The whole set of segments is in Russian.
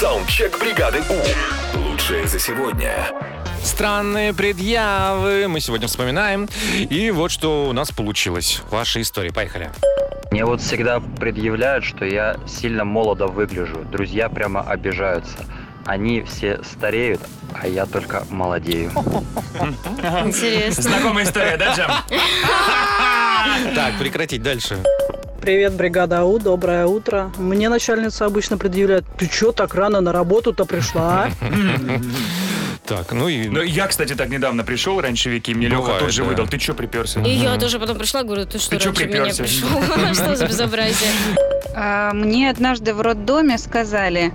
Саундчек бригады У. Лучшее за сегодня. Странные предъявы мы сегодня вспоминаем. И вот что у нас получилось. Ваши истории. Поехали. Мне вот всегда предъявляют, что я сильно молодо выгляжу. Друзья прямо обижаются. Они все стареют, а я только молодею. Интересно. Знакомая история, да, Джем? Так, прекратить дальше. Привет, бригада АУ, доброе утро. Мне начальница обычно предъявляет, ты чё так рано на работу-то пришла? а?» Так, ну и... Ну, я, кстати, так недавно пришел раньше Вики, и мне Леха Бывает, тут же да. выдал. Ты чё приперся? И я тоже потом пришла, говорю, ты что, Ты чё раньше меня припёрся? пришел? Что за безобразие? А, Мне однажды в роддоме сказали,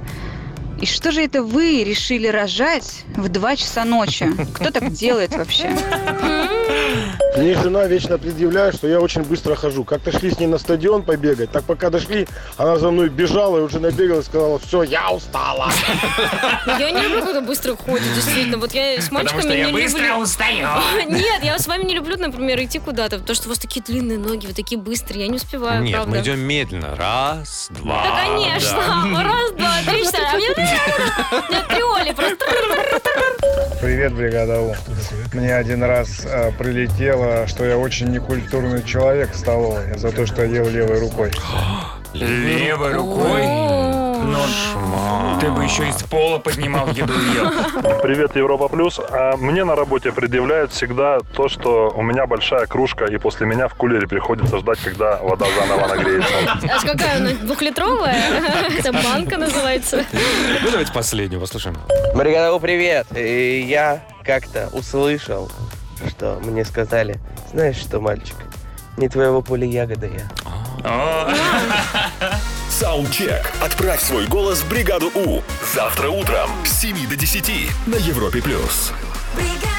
и что же это вы решили рожать в 2 часа ночи? Кто так делает вообще? Мне жена вечно предъявляет, что я очень быстро хожу. Как-то шли с ней на стадион побегать, так пока дошли, она за мной бежала и уже набегала и сказала, все, я устала. Ну, Я не люблю, когда быстро ходит, действительно. Вот я с Потому мальчиками что я не быстро люблю. устаю. Нет, я с вами не люблю, например, идти куда-то, потому что у вас такие длинные ноги, вы такие быстрые, я не успеваю, Нет, правда. мы идем медленно. Раз, два. Да, конечно. Раз, два, три, четыре. А мне- У меня триоли просто. Привет, бригада У. Мне один раз э, прилетело, что я очень некультурный человек в столовой за то, что я ел левой рукой. Левой рукой нож. Ты бы еще из пола поднимал еду и ел. Привет, Европа Плюс. А Мне на работе предъявляют всегда то, что у меня большая кружка, и после меня в кулере приходится ждать, когда вода заново нагреется. А какая она? Двухлитровая? Это банка называется. Ну, давайте последнюю послушаем. Бригада У, привет. Я как-то услышал, что мне сказали, знаешь что, мальчик, не твоего поля ягода я. О, Саундчек. Отправь свой голос в бригаду У. Завтра утром с 7 до 10 на Европе+. плюс. бригада.